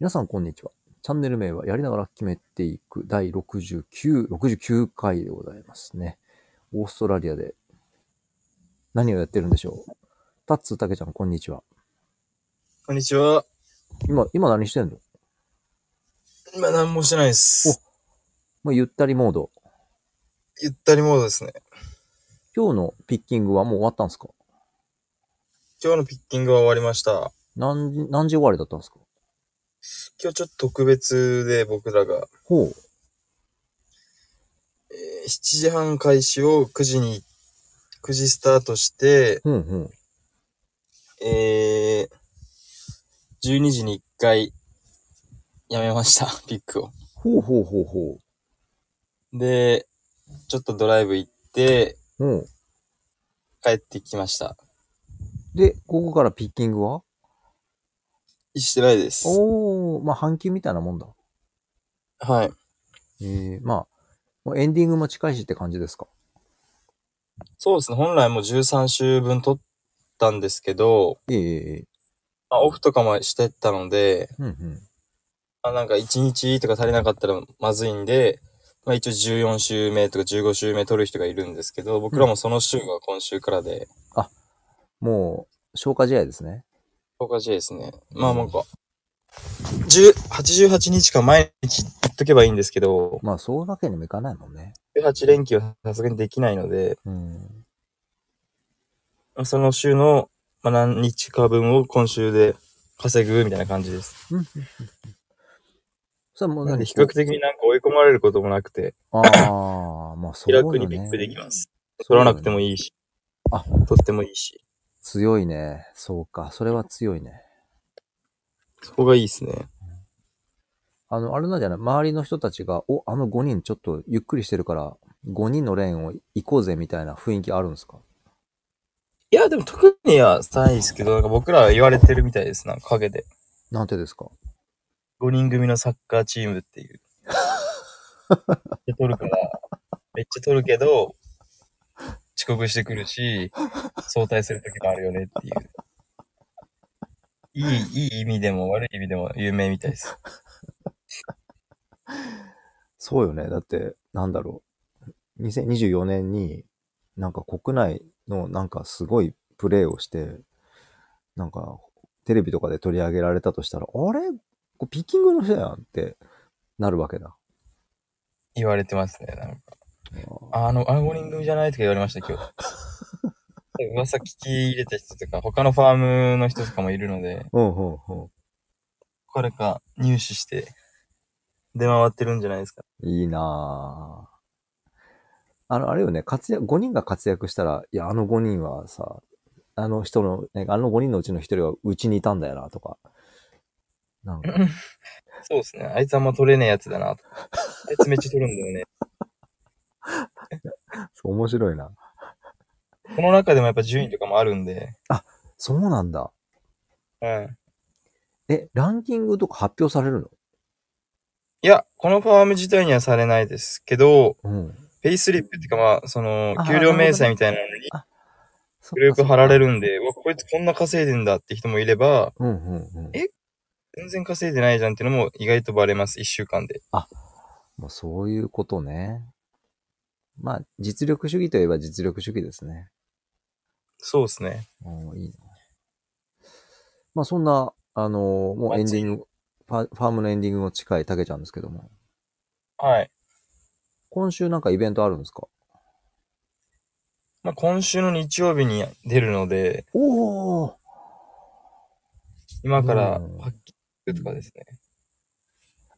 皆さん、こんにちは。チャンネル名はやりながら決めていく第69、69回でございますね。オーストラリアで何をやってるんでしょう。タッツーたけちゃん、こんにちは。こんにちは。今、今何してんの今何もしてないです。もうゆったりモード。ゆったりモードですね。今日のピッキングはもう終わったんですか今日のピッキングは終わりました。何時、何時終わりだったんですか今日ちょっと特別で僕らが、ほう。えー7時半開始を9時に、9時スタートして、うんうん。えー、12時に1回やめました、 ピックを。ほうほうほうほう。で、ちょっとドライブ行って、ほう。帰ってきました。で、ここからピッキングはしてないです。おー、まあ、半球みたいなもんだ。はい。えー、まあ、もうエンディングも近いしって感じですかそうですね、本来もう13週分撮ったんですけど、ええええまあ、オフとかもしてたので、うんうん。まあ、なんか1日とか足りなかったらまずいんで、まあ一応14週目とか15週目取る人がいるんですけど、僕らもその週が今週からで、もう、消化試合ですね。おかしいですね。まあなんか、10 88日間毎日行っとけばいいんですけど、まあ、そういうわけにもいかないもんね。 18連休はさすがにできないので、うん。まあその週の、まあ、何日か分を今週で稼ぐみたいな感じです。それはもうなん何で比較的になんか追い込まれることもなくて、ああ、まあ、そう気よ、ね。楽にピックできます。取らなくてもいいし、あ取ってもいいし、強いね。そうか。それは強いね。そこがいいですね。あの、あれなんじゃない周りの人たちが、お、あの5人ちょっとゆっくりしてるから、5人のレーンを行こうぜみたいな雰囲気あるんですかいや、でも特にはないですけど、なんか僕らは言われてるみたいです。なんか陰で。なんてですか5人組のサッカーチームっていう。めっちゃ取るから、めっちゃ取るけど、遅刻してくるし、早退する時もあるよねっていう。いい、いい意味でも悪い意味でも有名みたいです。そうよね。だって、なんだろう。2024年に、なんか国内のなんかすごいプレーをして、なんかテレビとかで取り上げられたとしたら、あれこれピッキングの人やんってなるわけだ。言われてますね。なんか、あの、あの5人組じゃないとか言われました、今日。噂聞き入れた人とか、他のファームの人とかもいるので、うんうんうん。これか入手して出回ってるんじゃないですか。いいなぁ。あの、あれよね、活躍、5人が活躍したら、いや、あの5人はさ、あの人の、ね、あの5人のうちの1人はうちにいたんだよな、とか。なんか、そうですね。あいつあんま取れねえやつだなと。あいつめっちゃ取るんだよね。そう面白いな。この中でもやっぱ順位とかもあるんで。そうなんだ。うん。え、ランキングとか発表されるいや、このファーム自体にはされないですけど、のうん。ペイスリップっていうかまあ、そのあ、ー給料明細みたいなのにグループ貼られるんで、うわ、こいつこんな稼いでんだって人もいれば、うんうんうん。え全然稼いでないじゃんっていうのも意外とバレます、一週間で。もうそういうことね。まあ、実力主義といえば実力主義ですね。そうですね。おーいいな。まあ、そんな、あのーもうエンディング、ファファームのエンディングも近いたけちゃんですけども、はい。今週なんかイベントあるんですかまあ、今週の日曜日に出るので、おお今からうん発揮とかですね。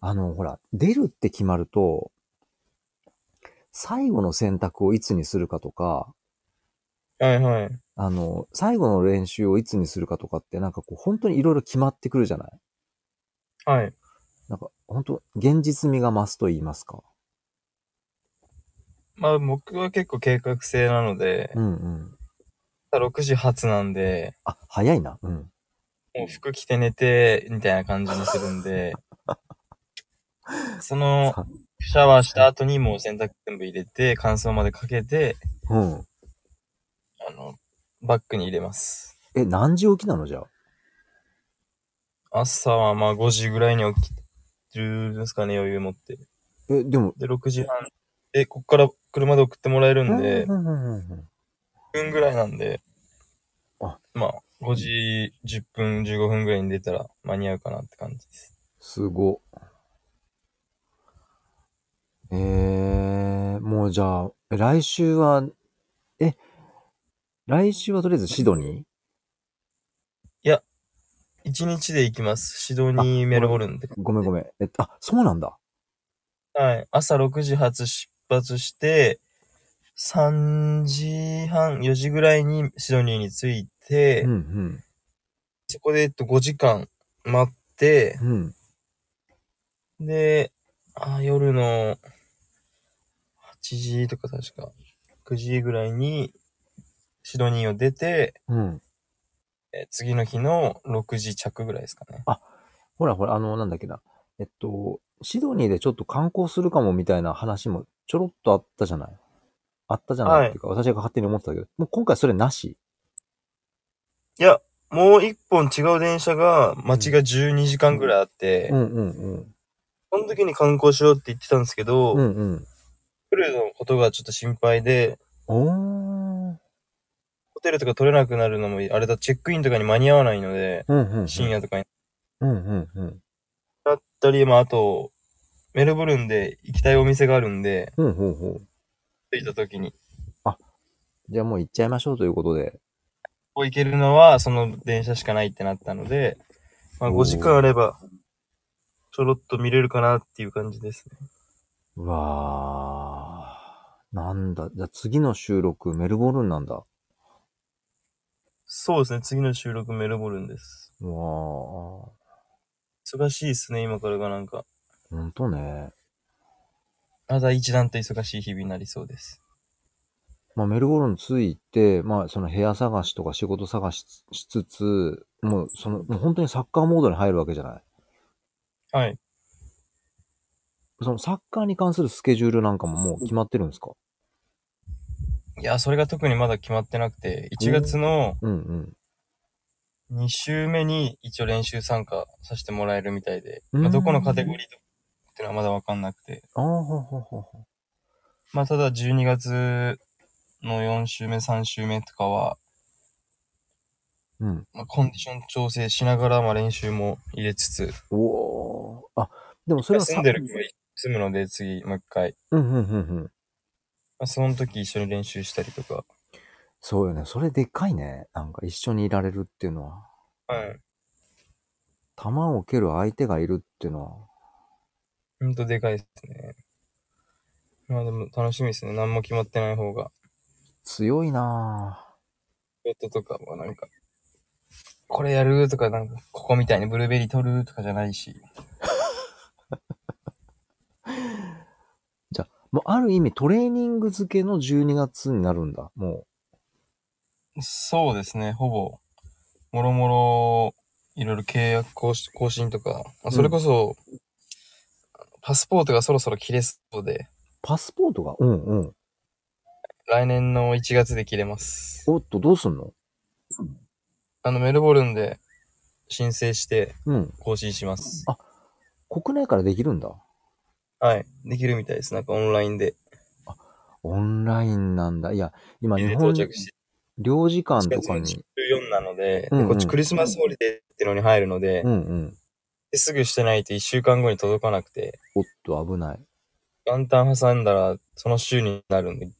あの、ほら、出るって決まると、最後の選択をいつにするかとか、はいはい。あの、最後の練習をいつにするかとかって、なんかこう、本当にいろいろ決まってくるじゃないはい。なんか、本当現実味が増すと言いますか。まあ僕は結構計画性なので、うんうん。 6時発なんで、あ、早いな。うん。もう服着て寝て、みたいな感じにするん で、その、さシャワーした後にもう洗濯全部入れて、乾燥までかけて、うん。あの、バッグに入れます。え、何時起きなのじゃあ。朝はまあ5時ぐらいに起きてるんですかね、余裕持って。え、でも、で、6時半。で、こっから車で送ってもらえるんで、うんうんうんうん10分ぐらいなんで、あまあ、5時10分、15分ぐらいに出たら間に合うかなって感じです。すご。えー、もうじゃあ、え来週は、え、来週はとりあえずシドニ1日で行きます。シドニーメルボルンで。ーごめんごめん。えっと、あ、そうなんだ。はい。朝6時発出発して、3時半、4時ぐらいにシドニーに着いて、うんそこで、えっと、5時間待って、うん。うん。で、あ夜の8時とか確か9時ぐらいにシドニーを出て、うん。え次の日の6時着ぐらいですかね。ほらほら、あの、なんだっけな。えっと、シドニーでちょっと観光するかもみたいな話もちょろっとあったじゃないあったじゃない、はいっていうか、私が勝手に思ってたけど、もう今回それなし。いや、もう一本違う電車が街が12時間ぐらいあって、うんうんうん。その時に観光しようって言ってたんですけど、うんうん。ホテルのことがちょっと心配で、おー。ホテルとか取れなくなるのも、あれだ、チェックインとかに間に合わないので、うんうんうん。深夜とかにうんうんうん。だったり、まあ、あと、メルボルンで行きたいお店があるんで、うんうんうん。着いた時に、こじゃあもう行っちゃいましょうということで。こ行けるのはその電車しかないってなったので、まあ、おー5時間あれば、ちょろっと見れるかなっていう感じですね。うわー。なんだ。じゃあ次の収録、メルボルンなんだ。わそうですね、次の収録メルボルンです。ー。ほ忙しいですね、今からがなんか。んとね。まだ一段と忙しい日々になりそうです。まあ、メルボルン着いて、まあ、その部屋探しとか仕事探ししつつ、もう、その、もう本当にサッカーモードに入るわけじゃない。はい。そのサッカーに関するスケジュールなんかももう決まってるんですかいや、それが特にまだ決まってなくて、1月のうんうん。 2週目に一応練習参加させてもらえるみたいで、うんまあ、どこのカテゴリーとかっていうのはまだわかんなくて、ああ、ほうほうほうほまあただ12月の4週目、3週目とかは、う。うん。まあ、コンディション調整しながらまあ練習も入れつつ、おー。あ、でもそれは休んでる日は休むので次もう一回、うんうんうんうん。まあ、その時一緒に練習したりとか、そうよね。それでかいね。なんか一緒にいられるっていうのは。はい。球を蹴る相手がいるっていうのは。ほんとでかいですね。まあでも楽しみですね。何も決まってない方が。強いなベッドとかはなんか、これやるとか、なんか、ここみたいにブルーベリー取るとかじゃないし。ぁもうある意味トレーニング付けの12月になるんだ。もそうですね、ほぼ、もろもろ、いろいろ契約更新更新とか、まあそれこそ、パスポートがそろそろ切れそうで、う。パスポートがうんうん。来年の1月で切れます。おっと、どうすんのあの、メルボルンで申請してうん。更新します。国内からできるんだ。はい。できるみたいです。なんかオンラインで。オンラインなんだ。いや、今日到本、着して、領事館1と月かのに。 14なので、うんうんでこっちクリスマスホリデーっていうのに入るので、うんうん。ですぐしてないと1週間後に届かなくて、おっと、危ない。元旦挟んだらその週になるんで、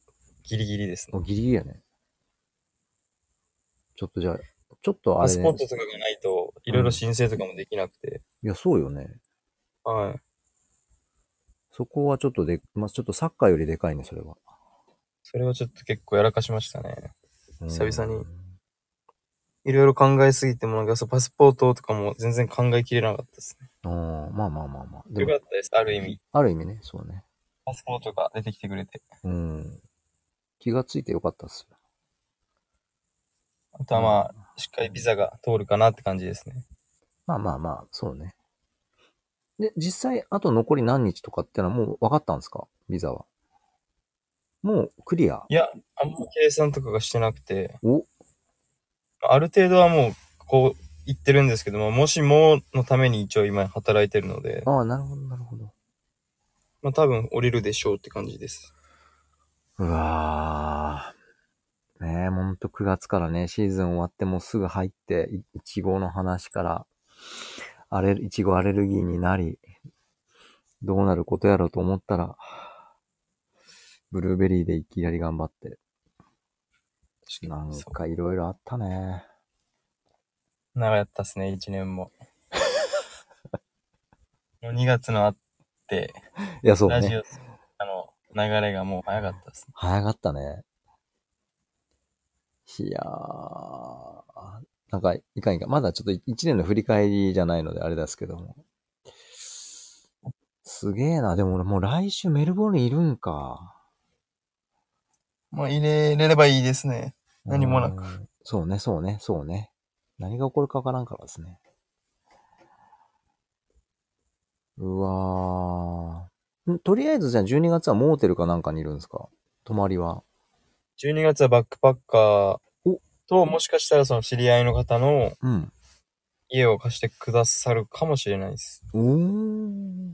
ギリギリですね。もうギリギリやね。ちょっとじゃあ、ちょっとあパれ、スね、ポートとかがないと、いろいろ申請とかもできなくて。いや、そうよね。はい。そこはちょっとで、まあ、ちょっとサッカーよりでかいね、それは。それはちょっと結構やらかしましたね。うん久々に。いろいろ考えすぎても、なんかそう、パスポートとかも全然考えきれなかったですね。うん、まあまあまあまあ。でよもか、ったです、ある意味。ある意味ね、そうね。パスポートが出てきてくれて。うん。気がついてよかったっすよ。あとはまあ、しっかりビザが通るかなって感じですね。まあまあまあ、そうね。で、実際、あと残り何日とかってのはもう分かったんですかビザは。もうクリア。いや、あんま計算とかがしてなくて、おまあある程度はもう、こう、行ってるんですけども、もしものために一応今働いてるので、ああ、なるほど、なるほど。まあ多分降りるでしょうって感じです。うわー。ねえ、ほんと9月からね、シーズン終わってもうすぐ入って、いいちごの話から、あれ、いちごアレルギーになり、どうなることやろうと思ったら、ブルーベリーでいきなり頑張って、なんそかいろいろあったね。う長かったっすね、1年も。 もう2月のあって、いや、そうラジね。オ、あの、流れがもう早かったですね。早かったね。いやー、なんか、いかんいかん。まだちょっと一年の振り返りじゃないので、あれですけども。すげえな。でも俺もう来週メルボルンいるんか。もう入れれればいいですね。何もなうくん。そうね、そうね、そうね。何が起こるかわからんからですね。うわー。んとりあえずじゃあ12月はモーテルかなんかにいるんですか泊まりは。 12月はバックパッカーおと、もしかしたらその知り合いの方のうん。家を貸してくださるかもしれないです。うーん。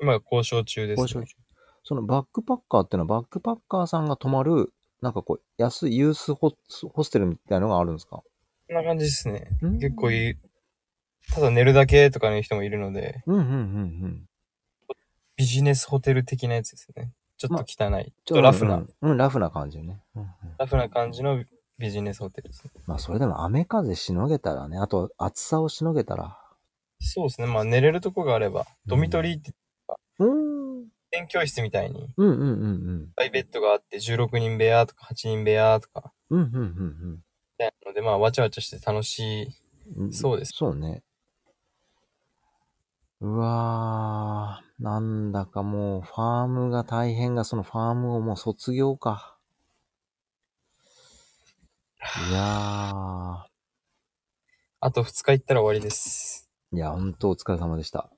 今交渉中です、ね。交渉中そのバックパッカーっていうのはバックパッカーさんが泊まる、なんかこう、安いユースホホステルみたいなのがあるんですかこんな感じですね。結構い。いい。ただ寝るだけとかの人もいるので、うんうんうんうん。ビジネスホテル的なやつですね。ちょっと汚い。ちちょっとラフな、うんうん、うんラフな感じよね。うんうん、ラフな感じのビジネスホテルですね。まあ、それでも雨風しのげたらね、あと暑さをしのげたら。そうですね。まあ寝れるとこがあれば、ドミトリーって、うーん。勉強室みたいに、うんうんうんうん。いっぱいベッドがあって、16人部屋とか8人部屋とか、うんうんうんみたいなので、まあ、わちゃわちゃして楽しい。うんうん。そうです。そうね。うわー、なんだかもう、ファームが大変が、そのファームをもう卒業か。いやあと2日行ったら終わりです。ー、いや、ほんとお疲れ様でした。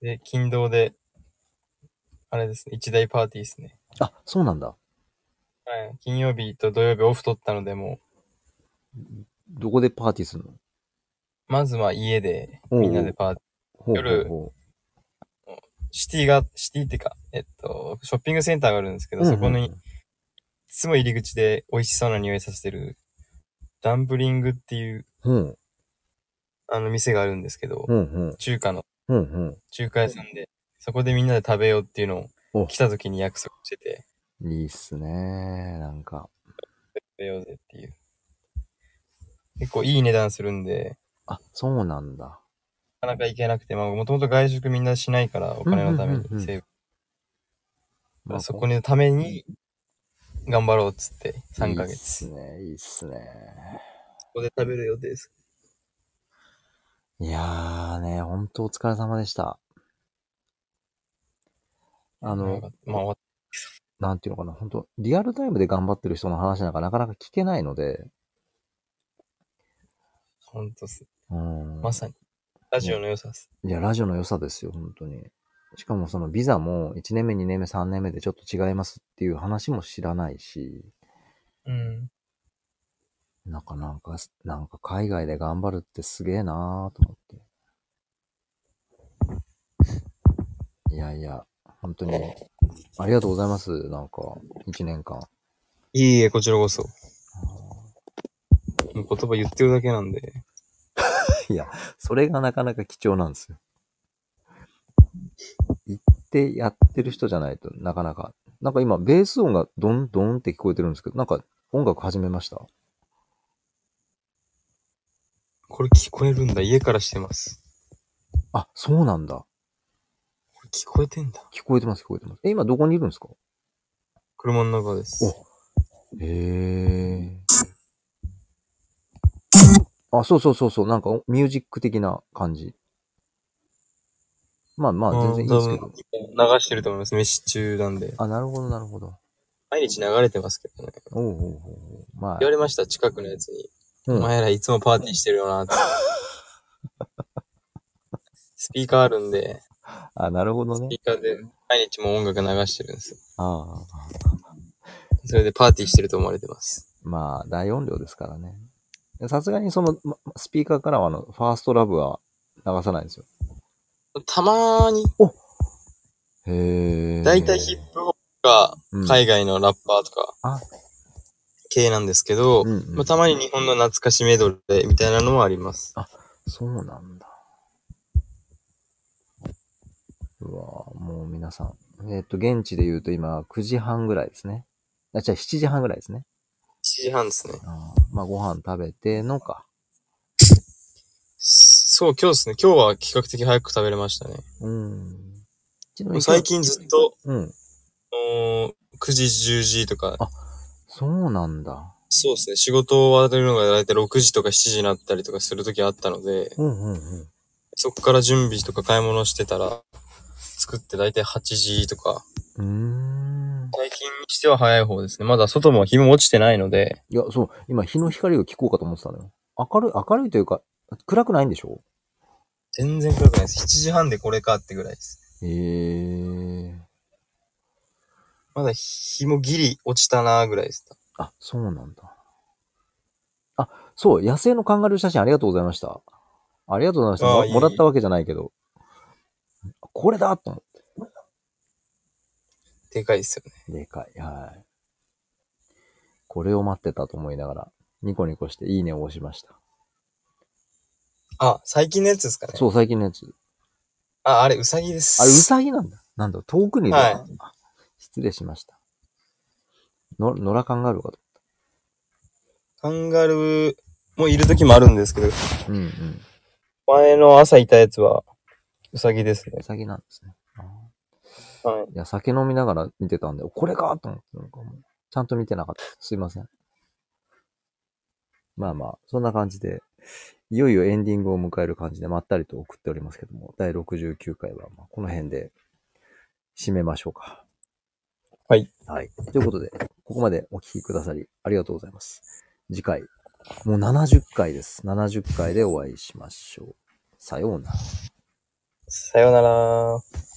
で、勤労で、あれですね、一大パーティーですね。あ、そうなんだ。はい。金曜日と土曜日オフ取ったので、もどこでパーティーするのう、まずは家で、おうおうみんなでパーティー。ほうほう夜ほシティが、シティってか、えっと、ショッピングセンターがあるんですけど、う。そこに、ういんつも入り口で美味しそうな匂いさせてる、ダンブリングっていう、うんうん、あの、店があるんですけどほ、うほう中華のほうほう中華屋さんで、そこでみんなで食べようっていうのおを来た時に約束してて、ほう。いいっすねなんか。食べようぜっていう。結構いい値段するんで、あ、そうなんだ。なかなか行けなくて、まあもともと外食みんなしないから、お金のためにうんうんうんうんセーブ。ままああそこのために、頑張ろうっつって、3いヶいっ月。すね、いいっすね。ここで食べる予定です。いやーね、ほんとお疲れ様でした。あまあの、まあ、なんていうのかな、本当リアルタイムで頑張ってる人の話なんかなかなか聞けないので、ほんとっす。うん。まさに。ラジオの良さっす。いや、ラジオの良さですよ、本当に。しかもそのビザも1年目、2年目、3年目でちょっと違いますっていう話も知らないし、うん。なんかなんか、なんか海外で頑張るってすげえなーと思って。いやいや、本当に、ありがとうございます、なんか、1年間。いえいえ、こちらこそ。もう言葉言ってるだけなんで。それがなかなか貴重なんですよ。言ってやってる人じゃないとなかなか。なんか今、ベース音がドンドンって聞こえてるんですけど、なんか音楽始めましたこれ聞こえるんだ。家からしてます。あ、そうなんだ。これ聞こえてんだ。聞こえてます、聞こえてます。え、今どこにいるんですか車の中です。へえ。あ、そうそうそうそう、なんかミュージック的な感じ。まあまあ、全然いいですけうどん。多分流してると思います。飯中なんで。あ、なるほど、なるほど。毎日流れてますけどね。おうおうおうおう。まあ言わ、れました、近くのやつに。うんお前らいつもパーティーしてるよな って。スピーカーあるんで、あ、なるほどスピね。ーカーで毎日もう音楽流してるんですよ。ああ、それでパーティーしてると思われてます。まあ、大音量ですからね。さすがにその、まスピーカーからはあの、ファーストラブは流さないんですよ。たまーに、へえ。だいたいヒップホップがうん海外のラッパーとかあ、系なんですけど、うんうんまあ、たまに日本の懐かしメドレーみたいなのもあります。そうなんだ。うわぁ、もう皆さん。えっ、と、現地で言うと今、9時半ぐらいですね。あ、じゃあ7時半ぐらいですね。 7時半ですね。あーまあ、ご飯食べてのか。そう、今日ですね。今日は比較的早く食べれましたね。うん。ちなみに最近ずっと、うん。おー9時、10時とか、そうなんだ。そうですね。仕事を終わるのがだいたい6時とか7時になったりとかする時あったので、うんうんうん。そこから準備とか買い物してたら、作ってだいたい8時とか、うーん。最近にしては早い方ですね。まだ外も日も落ちてないので、いや、そう、今、日の光を聞こうかと思ってたのよ。明るい、明るいというか、暗くないんでしょ全然暗くないです。7時半でこれかってぐらいです。へえ。まだ日もギリ落ちたなぐらいです。あ、そうなんだ。あ、そう、野生のカンガルー写真ありがとうございました。ありがとうございました。あもいいもらったわけじゃないけど。これだと思っでかいですよね。て。でかい。はい。これを待ってたと思いながら、ニコニコしていいねを押しました。あ、最近のやつですかね。そう、最近のやつ。あ、あれ、うさぎです。あれ、ウサギなんだ。なんだ、遠くにいる、はいあ失礼しました。の、野良カンガルーかと。カンガルーもいる時もあるんですけど、うんうん。前の朝いたやつは、うさぎですねウ。サギなんですね。あーはい。いや、酒飲みながら見てたんで、これかと思ってなんかもう、ちゃんと見てなかった。すいません。まあまあ、そんな感じで、いよいよエンディングを迎える感じで、まったりと送っておりますけども、第69回は、まあ、この辺で、締めましょうか。はい。はい。ということで、ここまでお聞きくださり、ありがとうございます。次回、もう70回です。70回でお会いしましょう。さようなら。さようなら。